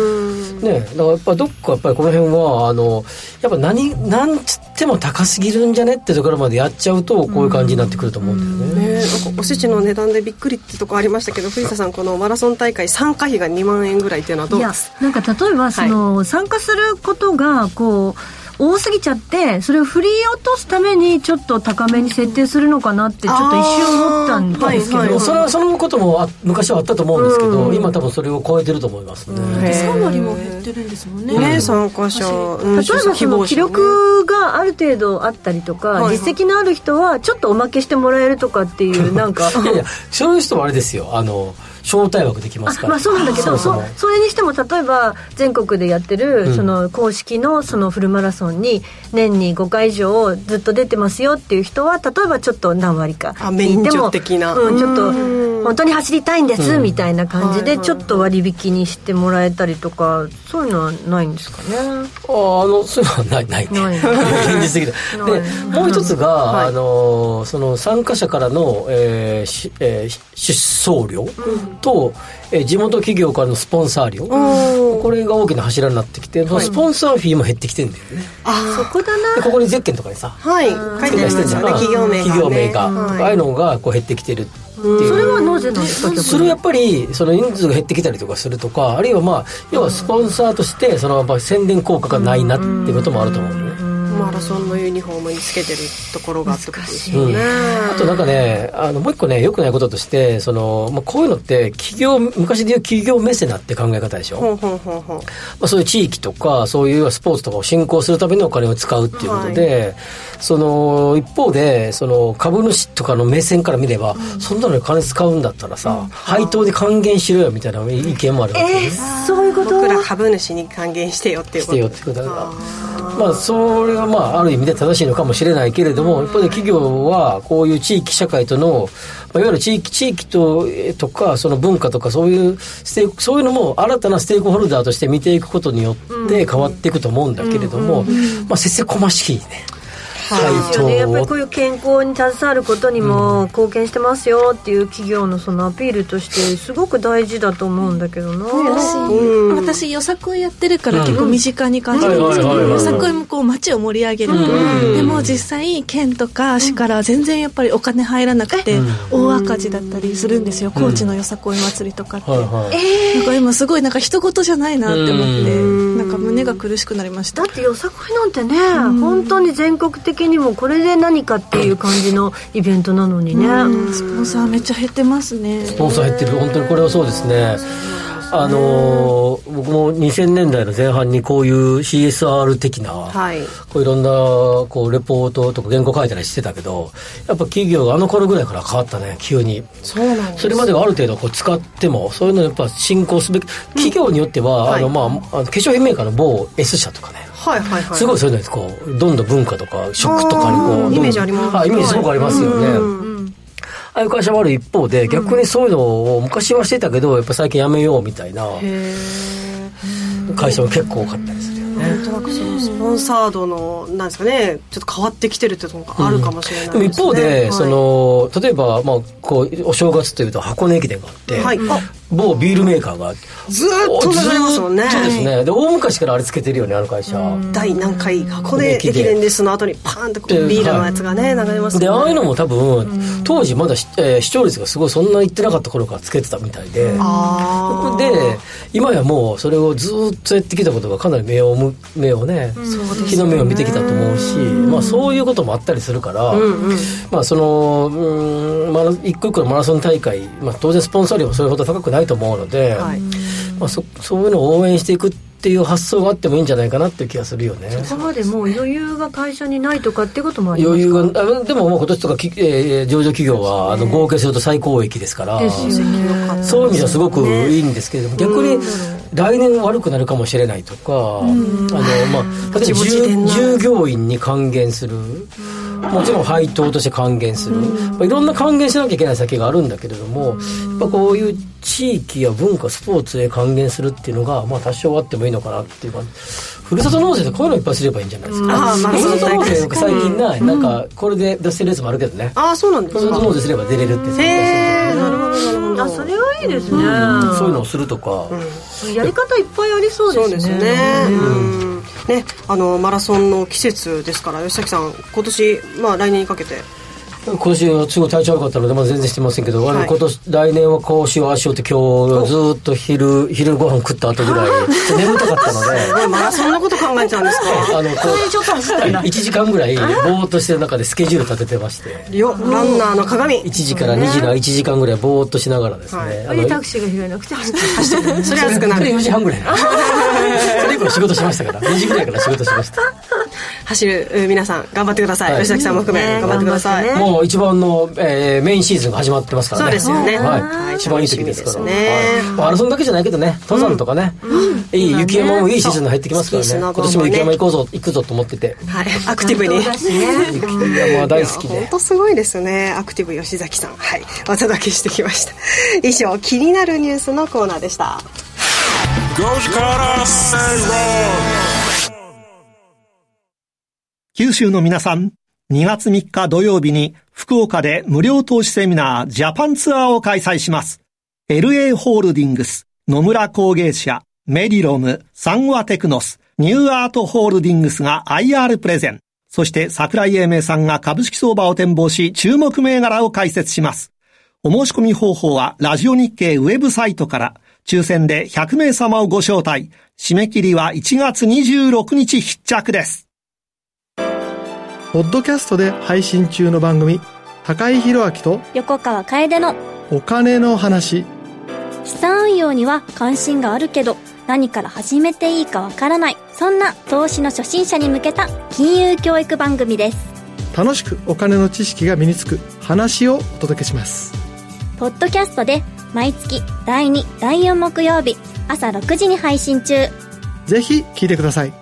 ねだからやっぱどっかやっぱりこの辺はあのやっぱ何なんつっても高すぎるんじゃねってところまでやっちゃうとこういう感じになってくると思うんだよね、
ねなんかおせちの値段でびっくりってとこありましたけど藤田さんこのマラソン大会参加費が2万円ぐらいっていうのはど
いうや
です
なんか例えばその、参加することがこう多すぎちゃってそれを振り落とすためにちょっと高めに設定するのかなってちょっと一瞬思ったんですけど、
でもそれはそのこともあ昔はあったと思うんですけど、今多分それを超えてると思いますね、
3割も減ってるんですもんね
ね参加者、うん
例えばその記録がある程度あったりとか、
はい
実績のある人はちょっとおまけしてもらえるとかっていうなんか
いやいやそういう人はあれですよあの招待枠できます
あ
から
まあそうなんだけ
そ
どそ
も
それにしても例えば全国でやってる、
うん
その公式のそのフルマラソンに年に5回以上ずっと出てますよっていう人は例えばちょっと何割か
あ
い
免
ても
除的な
うん、ちょっと本当に走りたいんですみたいな感じ
はいは
で
い
ちょっと割引にしてもらえたりとかそういうのはないんですかね
ああのそういうのはないない
ない
現実的だ
な
で
い
もう一つが、
い
あのその参加者からの、えーしえーし出走料と、えー地元企業からのスポンサー料、これが大きな柱になってきて、そのスポンサーフィーも減ってきてるんだよね、
そこだ
で
な
ここにゼッケンとかにさ
はい書いてあり
して
ま
る
す
じゃ
よ
ん
ね企業名が、ね、
企業名が、ああいうのがこう減ってきてるっていう
それはなぜなんですか
それはやっぱりその人数が減ってきたりとかするとかあるいはまあ要はスポンサーとしてそのやっぱ宣伝効果がないなっていうこともあると思うんだよね
マラソンのユニフォームにつけてるところがってことです
う
よ
ん
ね、
あとなんかねあのもう一個ね良くないこととしてその、まあ、こういうのって企業昔でいう企業メセナって考え方でしょ、ま
ほんほんほんほん
あ、そういう地域とかそういうスポーツとかを振興するためのお金を使うっていうことで、その一方でその株主とかの目線から見れば、そんなのに金使うんだったらさ、配当で還元しろよみたいな意見もあるわけ
え
ね
ー、そういうこと
僕ら株主に還元してよっていう
し
こと
てよってことだからまあそれはまあある意味で正しいのかもしれないけれども一方で企業はこういう地域社会とのまあいわゆる地域地域とえーとかその文化とかそういうステークそういうのも新たなステークホルダーとして見ていくことによって変わっていくと思うんだけれどもまあせせこましいね
ですよね、やっぱ
回答
りこ
を
ういう健康に携わることにも貢献してますよっていう企業のそのアピールとしてすごく大事だと思うんだけどな、
私
うん
私よさこいやってるから
うん
結構身近に感じるんです
はい
けど
はいはいは
よ
い
さこいもこう街を盛り上げる
うん
でも実際県とか市から全然やっぱりお金入らなくて大赤字だったりするんですよ高知のよさこい祭りとかって
はいはい
なんか今すごいなんか人事じゃないなって思ってなんか胸が苦しくなりました
だってよさこいなんてね、本当に全国的にもこれで何かっていう感じのイベントなのにね、
スポンサーめっちゃ減ってますね
スポンサー減ってる本当にこれはそうですねあのー僕も2000年代の前半にこういう CSR 的な、
はい
こういろんなこうレポートとか原稿書いたりしてたけどやっぱ企業があの頃ぐらいから変わったね急に
そうなんです
それまではある程度こう使ってもそういうのやっぱ進行すべき企業によっては、あのまああの化粧品メーカーの某 S 社とかね
はいはいはい
すごいそういうのにこうどんどん文化とか食とかにこう
あー
どんどん
イメージあります
あイメージすごくありますよね、
うん
ああいう会社もある一方で逆にそういうのを昔はしてたけどやっぱ最近やめようみたいな会社も結構多かったりするよね
なんとなくそのスポンサードのなんですかねちょっと変わってきてるってところがあるかもしれない
でも
で
一
すね、
方で、
はい
その例えば、まあ、こうお正月というと箱根駅伝があって、
はいあ
某ビールメーカーが
ずーっと流れますもんね
そうですねで大昔からあれつけてるよねあの会社、
第何回箱根駅伝ですの後にパーンとこ
で
うビールのやつがね流れます
であ
も
あいうん
ね
のも多分当時まだし、えー視聴率がすごいそんなにいってなかった頃からつけてたみたいで、
あ
で今やもうそれをずーっとやってきたことがかなり目をむ目をね日の目を見てきたと思うし、まあ、そういうこともあったりするから、まあそのうーんマラ一個一個のマラソン大会、まあ、当然スポンサー料もそれほど高くないと思うので、
あはい
まあ、そそういうのを応援していくっていう発想があってもいいんじゃないかなっていう気がするよね。
そこまでもう余裕が会社にないとかってこともあります
余
か
裕があでももう今年とかき、えー上場企業は、あの合計すると最高益ですから
ですよね
そういう意味ではすごくいいんですけれども、逆に来年悪くなるかもしれないとか、あのまあ、例え
ぼちぼちでん
ば
な
従従業員に還元する。もちろん配当として還元する、まあ、いろんな還元しなきゃいけない先があるんだけれども、やっぱこういう地域や文化スポーツへ還元するっていうのが、まあ、多少あってもいいのかなっていうかふるさと納税でこういうのいっぱいすればいいんじゃないですか、
あーまあ
ふるさと納税
そう
なんか最近ない、なんかこれで出せるやつもあるけどね、
あーそうなんで
ふる
す
さ
か
と納税すれば出れるっていう
へえなるほどな
あ
るほ
そ
ど
れはいいですね、
そういうのをするとか、
やり方いっぱいありそうで
そう
すね
ですねうんねあのマラソンの季節ですから吉崎さん今年まあ来年にかけて
今週すごい体調悪かったので、まあ、全然してませんけど、あの今年来年はこうしようああしようって今日ずっと昼昼ご飯食った後ぐらいちょっと眠たかったの で
マラソンのこと考えちゃうんですか
あのこ
ちょっと走った
うん
だ
1時間ぐらいぼーっとしてる中でスケジュール立ててまして
よランナーの鏡
1時から2時の1時間ぐらいぼーっとしながらですね、あの
で タクシーが拾えなくて走って走って
それ熱くな
それ
る
4時半ぐらいそれ以降仕事しましたから2時ぐらいから仕事しました
走るえー皆さん頑張ってください、
はい
吉崎さんも含め、
ね
頑張ってください、
頑張ってね
もう一番の、えーメインシーズンが始まってますからね
そうですよね
はい
はい
一番いい時ですから
楽しみですね
はい、マラソンだけじゃないけどね登山とかね、いい雪山もいいシーズンに入ってきますからね
そう
今年も雪山行こうぞ行くぞと思ってて
はい、アクティブに
運動だしね
雪山は大好
い
き
や
で
本当すごいですねアクティブ吉崎さんはいお届けしてきました以上気になるニュースのコーナーでした
九州の皆さん、2月3日土曜日に福岡で無料投資セミナージャパンツアーを開催します。LA ホールディングス、野村工芸社、メディロム、サンワテクノス、ニューアートホールディングスが IR プレゼン。そして桜井英明さんが株式相場を展望し注目銘柄を解説します。お申し込み方法はラジオ日経ウェブサイトから抽選で100名様をご招待。締め切りは1月26日必着です。
ポッドキャストで配信中の番組、高井宏明と
横川楓の
お金の話、
資産運用には関心があるけど何から始めていいかわからないそんな投資の初心者に向けた金融教育番組です
楽しくお金の知識が身につく話をお届けします。
ポッドキャストで毎月第2第4木曜日朝6時に配信中
ぜひ聞いてください。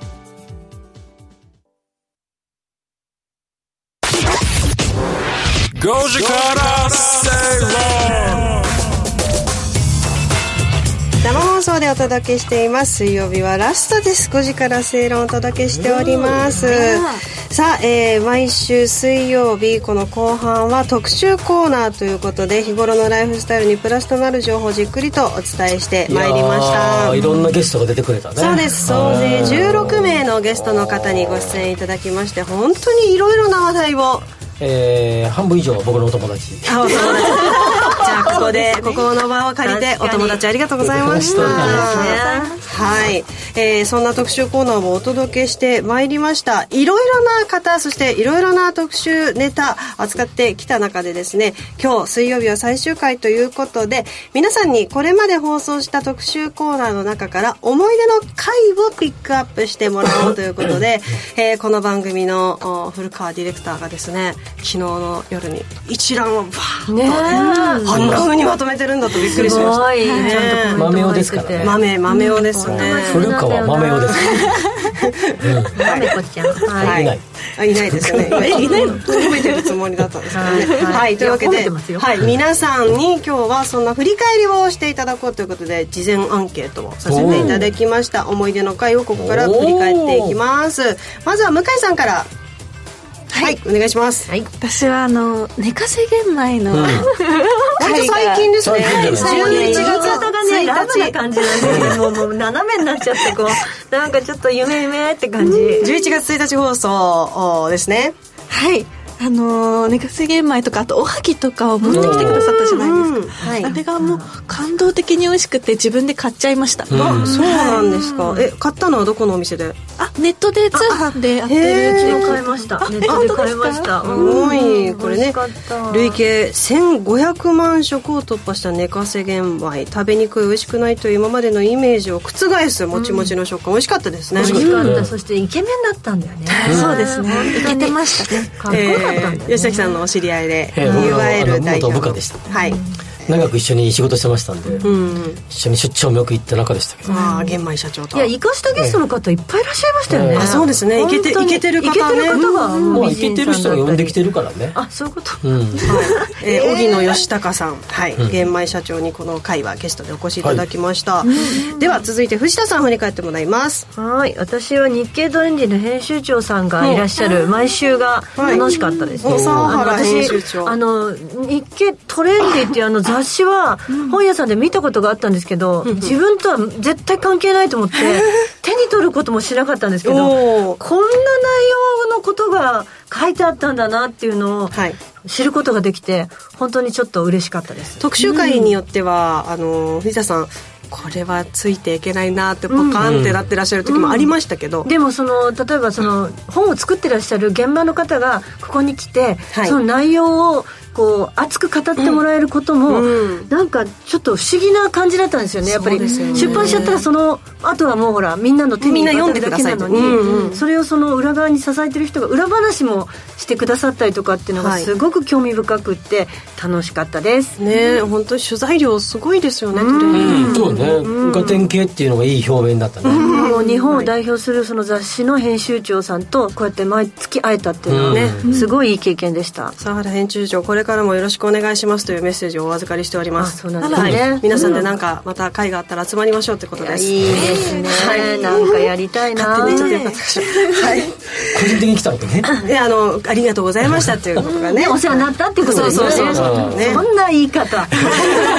生放送でお届けしています水曜日はラストです5時から正論をお届けしておりますさあ、えー毎週水曜日この後半は特集コーナーということで日頃のライフスタイルにプラスとなる情報をじっくりとお伝えしてまいりまし
いや
た
ーいろんなゲストが出てくれたね
そうです総勢16名のゲストの方にご出演いただきまして本当にいろいろな話題を
えー半分以上は僕のお友達
あお 友達じゃあここでここの場を借りてお友達ありがとうございました
ありがとうご
はい、えーそんな特集コーナーもお届けしてまいりましたいろいろな方そしていろいろな特集ネタ扱ってきた中でですね今日水曜日は最終回ということで皆さんにこれまで放送した特集コーナーの中から思い出の回をピックアップしてもらおうということで、えーこの番組のお古川ディレクターがですね昨日の夜に一覧をバーッと、
ね
あんな風にまとめてるんだとびっくり
す
しました
ごい
ね
ちゃんとコメントも
豆を
入って
ですから
て
ね
豆豆をですね
古川豆夫です
豆子ちゃん
は
はい
いない
あいないですよね。えいないの？褒めてるつもりだったんですけどね。
はい
はい、というわけ
いや褒め
で、
てますよ
はい、皆さんに今日はそんな振り返りをしていただこうということで事前アンケートをさせていただきました。思い出の回をここから振り返っていきます。まずは向井さんから。はい、お願いします。
はい
私はあの寝かせ玄米の、
割と最近ですね。
最近じゃない
11月
方がねラブ
1
な
日。
感じなんでもうもう斜めになっちゃってこうなんかちょっと夢夢って感じ
11月1日放送おですね。
はいあの寝かせ玄米とかあとおはぎとかを持ってきてくださったじゃないですか、
はい。
あれがもう感動的に美味しくて自分で買っちゃいました、
あ、そうなんですか。え、買ったのはどこのお店で？
あネットで通販でやってるうち
ネッ
の
トで買い
買いま
ましたネットで買いました
すごいこれね累
累計
計1500万食を突破した寝かせ玄米食べにくい美味しくないという今までのイメージを覆すもちもちの食感、美味しかったですね
美味しかったそしてイケメンだったんだよね
そうですねいけてましたね
かっこよかったんだよね
えー吉崎さんのお知り合いで、
ええ僕の
UIL 代
あ
表
の元部下でした
はい、
長く一緒に仕事してましたんで、
うんうん、
一緒に出張もよく行った中でしたけど
ああ玄米社長と
いや生かしたゲストの方いっぱいいらっしゃいましたよね、
うん
あそうですねイケて
本当に
イケてる方ね
イケてる方が
う
まあ
美
いけ
人
て
さんだ
る人
ったり
が呼んできてるからね
あそういうこと、
うん、
えー、荻野義孝さん、はい玄米社長にこの回はゲストでお越しいただきました、では続いて藤田さん振り返ってもらいます
はい私は日経トレンディの編集長さんがいらっしゃる毎週が
い
楽しかったですね、
お
あ
沢
の
原編集
私
長
あの日経トレンディっていうあの雑雑誌は本屋さんで見たことがあったんですけど、自分とは絶対関係ないと思 って手に取ることもしなかったんですけどこんな内容のことが書いてあったんだなっていうのを知ることができて本当にちょっと嬉しかったです、
特集会によっては、あの藤田さんこれはついていけないなってポカンってなってらっしゃる時もありましたけど、うんうん
でもその例えばその本を作ってらっしゃる現場の方がここに来て、はい、その内容をこう熱く語ってもらえることも、うん、なんかちょっと不思議な感じだったんですよねやっぱり、ね、出版しちゃったらそのあとはもうほらみんなの手に
渡
るだけなのに、うんうん、それをその裏側に支えてる人が裏話もしてくださったりとかっていうのがすごく興味深くって楽しかったです、
はい、ね本当取材量すごいですよね、うん
そうね、うん、ガテン系っていうのがいい表現だったね、
もう日本を代表するその雑誌の編集長さんとこうやって毎月会えたっていうのはね、うん、すごいいい経験でした
佐原編集長これからもよろしくお願いしますというメッセージをお預かりしております
そうなんですね、はい、
皆さんでなんかまた会があったら集まりましょうってことです
いいですね、はい、なんかやりたいな
勝手にちょっとよかったかしら、はい、
個人的に来たわけね
であのありがとうございましたっていうこと がね
お世話になったってことですねそうそうそうねそんな言い方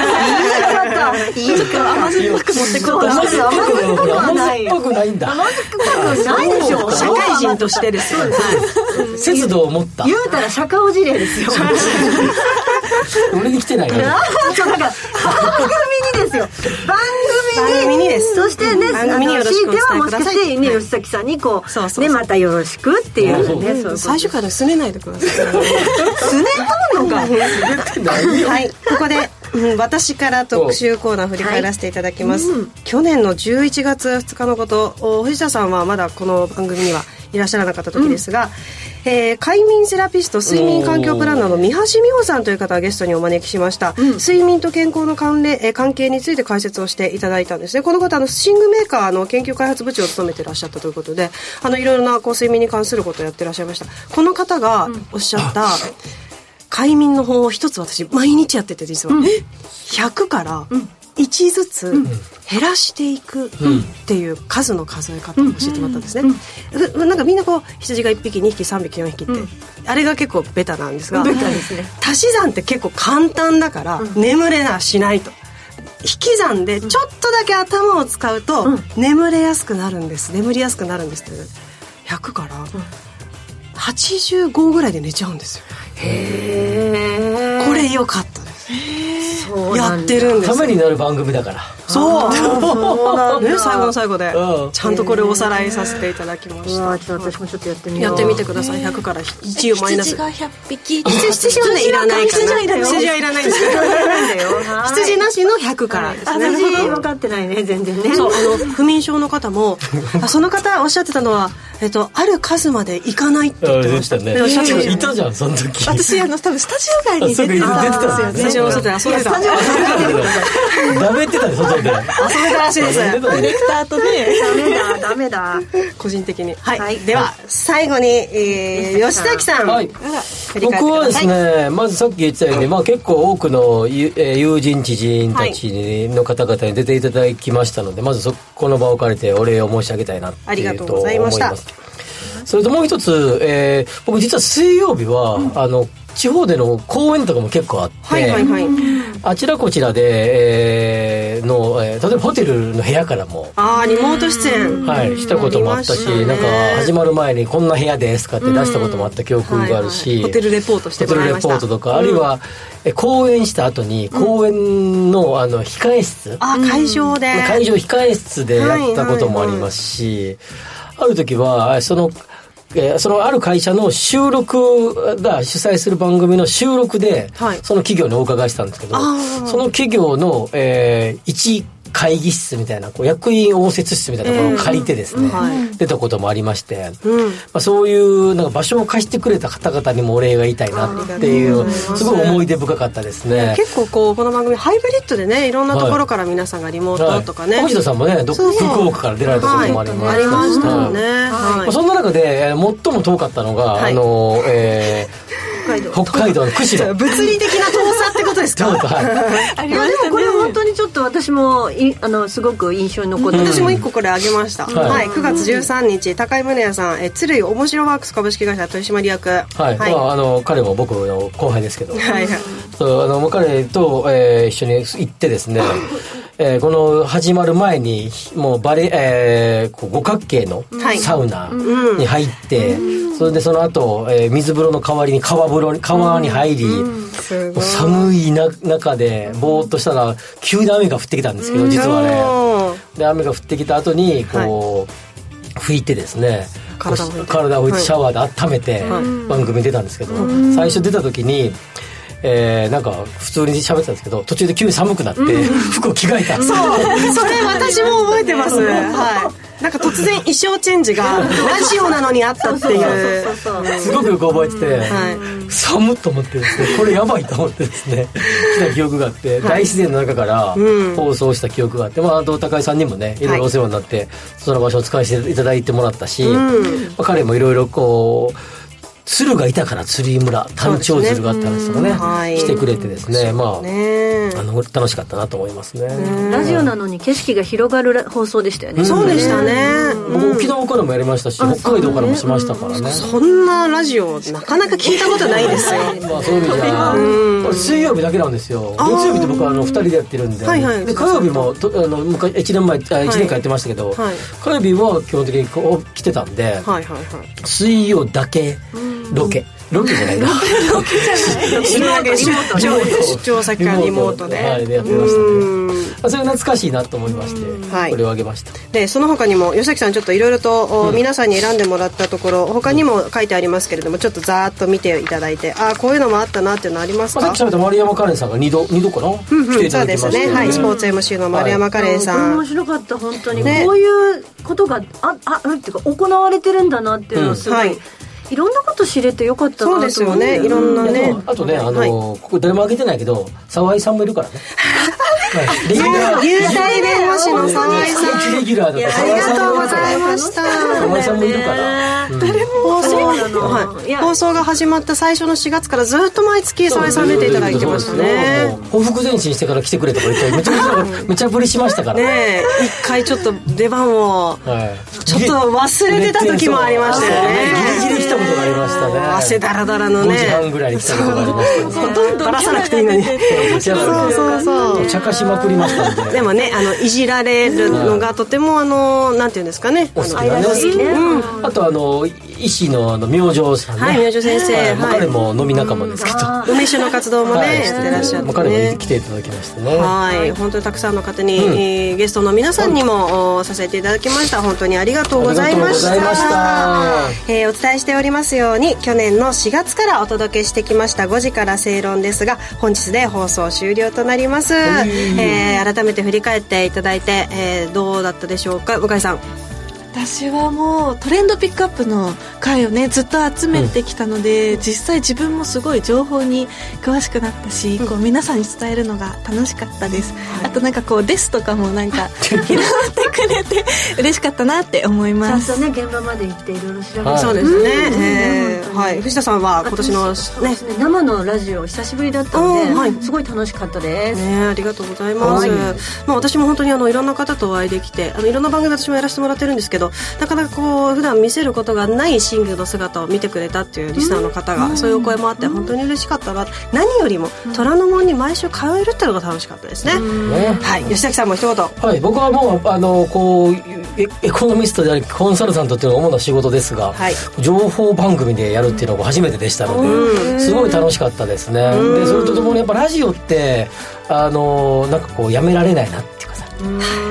言い方言い方甘酸っぱく持ってこうとしてる
甘酸っぱくはない甘酸っぱくないんだ
甘酸っぱくないでしょう
社会人としてですよ、ね、
節度を持った
言うたら釈迦おじれですよ
俺に来てない
よ。そうだから番組にですよ。番
組に
です。そしてね、あの強いてはもしかしてね吉崎さんにこうねまたよろしくっていうねそう
最初から拗ねないでください。
拗ねとんのか。
はい、ここで。うん、私から特集コーナー振り返らせていただきます、はいうん、去年の11月2日のこと藤田さんはまだこの番組にはいらっしゃらなかった時ですが、うん、えー、快眠セラピスト睡眠環境プランナーの三橋美穂さんという方をゲストにお招きしました、うん、睡眠と健康の関連、えー、関係について解説をしていただいたんですねこの方あの寝具メーカーの研究開発部長を務めていらっしゃったということであのいろいろなこう睡眠に関することをやってらっしゃいましたこの方がおっしゃった、快眠の方を一つ私毎日やってて実は、うん、100から1ずつ減らしていくっていう数の数え方を教えてもらったんですね、うんうん、なんかみんなこう羊が1匹2匹3匹4匹って、うん、あれが結構ベタなんですが、
ね、足
し算って結構簡単だから眠れなしないと。引き算でちょっとだけ頭を使うと眠れやすくなるんです眠りやすくなるんですという100から85ぐらいで寝ちゃうんですよ
へ
えこれ良かったですやってるんです
ためになる番組だから
そうそうなんね最後の最後で、ちゃんとこれおさらいさせていただきました
ちょっと私もちょっとやってみよ
うやってみてください100から1をマイナス
羊が100匹
羊はねいらない
羊はいらない
羊はいらないです 羊なしの100からですね
私分かってないね全然ね
そうあの不眠症の方もその方おっしゃってたのはえっとある数までいかないって言ってましたね
いたじゃんその時
私あの多分スタジオ外に出てたんですよね
スタジオの外で遊んでた
ダメってたで外で遊べ
たらしいですデ
ィレクターとね
ダメだダメだ
個人的にはいでは最後に吉崎さん
僕はですねまずさっき言ってたようにまあ結構多くの友人知人たちの方々に出ていただきましたのでまずそこの場を借りてお礼を申し上げたいなっていうと思いますそれともう一つ、えー、僕実は水曜日は、うん、あの地方での公演とかも結構あって、あちらこちらで、えー、の、えー、例えばホテルの部屋からも
ああリモート出演
はいしたこともあったし、ね、なんか始まる前に「こんな部屋です」とかって出したこともあった記憶があるし、
ホテルレポートして
もらいましたホテルレポートとか、あるいは、うん、公演した後に公演のあの控え室、うん、
あ会場で
会場控え室でやったこともありますし、ある時は、その、えー、そのある会社の収録が主催する番組の収録で、はい、その企業にお伺いしたんですけど、その企業の、えー、一会議室みたいな、こう役員応接室みたいなところを借りてですね、えーうん、出たこともありまして、うん、まあ、そういうなんか場所を貸してくれた方々にもお礼が言いたいなっていう、すごい思い出深かったですね。
結構こう、この番組ハイブリッドでね、いろんなところから皆さんがリモートとかね。
はい、はい、田さんもね、どそうそう福岡から出られたこともありました
し、はい、ね。
はい、そんな中で、最も遠かったのが、はい、あの、えー、北海道の釧路
物理的な遠さってこことですか
いやでもこれ本当にちょっと私もいあのすごく印象に残ってる、
私も一個これあげました、
うん
はい、9月13日高井宗也さんえ鶴井面白ワークス株式会社取締役は
はい、まあ、あの彼も僕の後輩ですけど、
はいはい
そうあのもう彼と、えー一緒に行ってですね、えーこの始まる前にもうバレ、えーこう五角形の
はい
サウナ
うん
に入って、それでその後、えー水風呂の代わりに川風呂に川に入り、
す
もう寒いな中でぼーっとしたら急に雨が降ってきたんですけど実はねで雨が降ってきた後にこう、拭いてですね
体を拭いて
こう体を拭いてシャワーで温めて
はい
番組出たんですけど、最初出た時に、えーなんか普通に喋ってたんですけど途中で急に寒くなって、 服を着替えた
そうそれ私も覚えてますはいなんか突然衣装チェンジがラジオなのにあったっていう
すごくよく覚えてて、寒っと思ってですねこれやばいと思ってです ね来た記憶があって、大自然の中から
うん
放送した記憶があって、まあ、あと高井さんにもねいろいろお世話になって、その場所を使わせていただいてもらったし、
うん
まあ、彼もいろいろこう鶴がいたから鶴居村単調鶴があった話と
そうです
かね
ねうんはい
してくれてですねまあ
ね
あの楽しかったなと思いますね、
ラジオなのに景色が広がるら放送でしたよね、
そうでしたね
僕沖縄からもやりましたし北海道からもしましたからね
そんなラジオなかなか聞いたことないですよ
まあそういう意味じゃ、これ水曜日だけなんですよ。
あー
月曜日って僕はあの二人でやってるんで、
はいはい
で火曜日もとあの昔一年前あ一年間やってましたけど、
はい
火曜日は基本的にこう来てたんで、
はいはいはい
水曜だけロケ。ロケじゃないな。ロケじゃない。
リモート出張出張先からリモートで
はい、でやってましたね。あそれ懐かしいなと思いまして、
はい
これをあげました。
でその他にも吉崎さんちょっといろいろと、お皆さんに選んでもらったところ他にも書いてありますけれどもちょっとざーっと見ていただいてああこういうのもあったなっていうのあります
まあ、さ
か
っき喋った丸山カレンさんが二度二度かな、
うんうん
来てい
そ
た
う
だ
で
きますし
ね、
たよ
はい、スポーツ MC の丸山カレンさん、
面白かった本当に、
ね
こういうことがああうんっていうか行われてるんだなっていうのをすごい、
はいい、
ろんなこと知れてよかったなと思って
そうですよねいろんなね
いやでもあとね、あのここ誰も挙げてないけど沢井さんもい るからねはいレギュラー
優待弁護士の沢井さん
レギュラーだ
あ
沢
り
井さ
がと
ん
う
も
ございました
いるから沢井さんもいるから、誰も
放送
いや
放送が始まった最初の4月からずっと毎月沢井さん出ていただいてましたね
報復前進してから来てくれとか言ってめちゃめ ちゃめちゃぶりしましたから
ねえ一回ちょっと出番を
はい
ちょっと忘れてた時もありましたよね
ギリギリ来たことがありましたね
汗だらだらのね
5時半ぐらいに来たことがありましたね
ほとんどバラさなくていいのに
そう
そうそうそう
茶化しまくりましたんで
でもねあのいじられるのがとてもあのなんていうんですかね
お好きなね
愛らしいね
うんあとあの医師のあの明星さんね
はい明星先生
はいまあ
はい
彼も飲み仲間ですけど
梅酒の活動も
はい
ねやってらっしゃっ
ま
て
あ彼も
ね
来ていただきましてね
はい本当にたくさんの方に、
うん
えーゲストの皆さんにもおさせていただきました本当にありがとうございました
ありがとうございまし
えーお伝えしておりますように去年の4月からお届けしてきました5時から正論ですが本日で放送終了となります、えー改めて振り返っていただいて、えーどうだったでしょうか向井さん
私はもうトレンドピックアップの回をねずっと集めてきたので、実際自分もすごい情報に詳しくなったし、こう皆さんに伝えるのが楽しかったです、あとなんかこう「です」とかもなんか拾ってくれて嬉しかったなって思い
ちゃ
ま
んと
す
ね現場まで行っていろいろ調べて、
はい
そうですね、えーはい、藤田さんは今年の
そうで
ね
すね生のラジオ久しぶりだったので、
うんはい
すごい楽しかったです、
ね、ありがとうございます、
はい
まあ、私も本当にあのいろんな方とお会いできてあのいろんな番組私もやらせてもらってるんですけどなかなかこう普段見せることがないシングルの姿を見てくれたっていうリスナーの方が、そういうお声もあって本当に嬉しかったな、何よりも虎ノ門に毎週通えるっていうのが楽しかったですね、
ね
はい、吉崎さんも一言
はい、僕はもうあのこうエエコノミストでありコンサルタントっていうのが主な仕事ですが、
はい
情報番組でやるっていうのが初めてでしたので、すごい楽しかったですね。で、それとともにやっぱラジオってあのなんかこうやめられないなっていうかさ、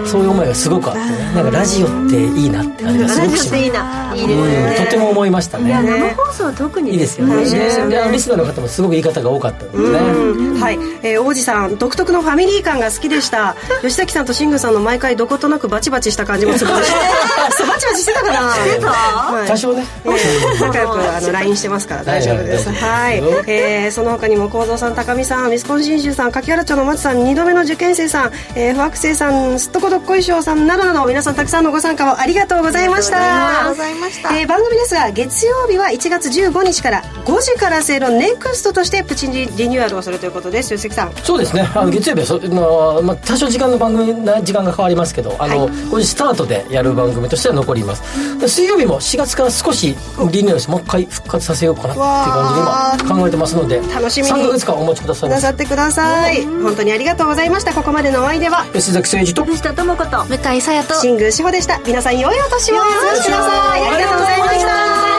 そういう思いがすごくあってね、なんかラジオっていいなって感じがす
ラ
ごく
ジオ
し
っ
ま
ていい
す。
ないいで
う
す
ん、と
ね
ても思いました
いや
ね。
生放送は特に
いいですよ
い
ね。
いですよね
であのリスナーの方もすごく言い方が多かったですね。
うんはい、えー王子さん独特のファミリー感が好きで した吉崎さんとシングさんの毎回どことなくバチバチした感じも すごいそうバチバチしてたかなしてた、はい
多少ね。
仲良くあの LINE してますから大丈夫です
は
はいい、えーその他にも幸三さん高見さんミスコン信州さん柿原町の松さん2度目の受験生さん、えー、不惑生さんんすっとこどっこいしょうさんなどなど皆さんたくさんのご参加をありがとうございました
ありがとうございました
えー番組ですが月曜日は1月15日から5時から正論ネクストとしてプチリニューアルをするということです吉崎さん
そうですね、あの月曜日はそ、まあまあ、多少時間の番組な時間が変わりますけどあの、これスタートでやる番組としては残ります、で水曜日も4月から少しリニューアルしてもう一回復活させようかなっていう感じで今考えてますので
楽しみに
3ヶ月間お待ちくださいま
な
せ
さってください本当にありがとうございましたここまでのお相手は
吉崎誠二と
藤田智子と
向井さやと
新宮志保でした皆さん良いお年をお過ごしくださいありがとうございました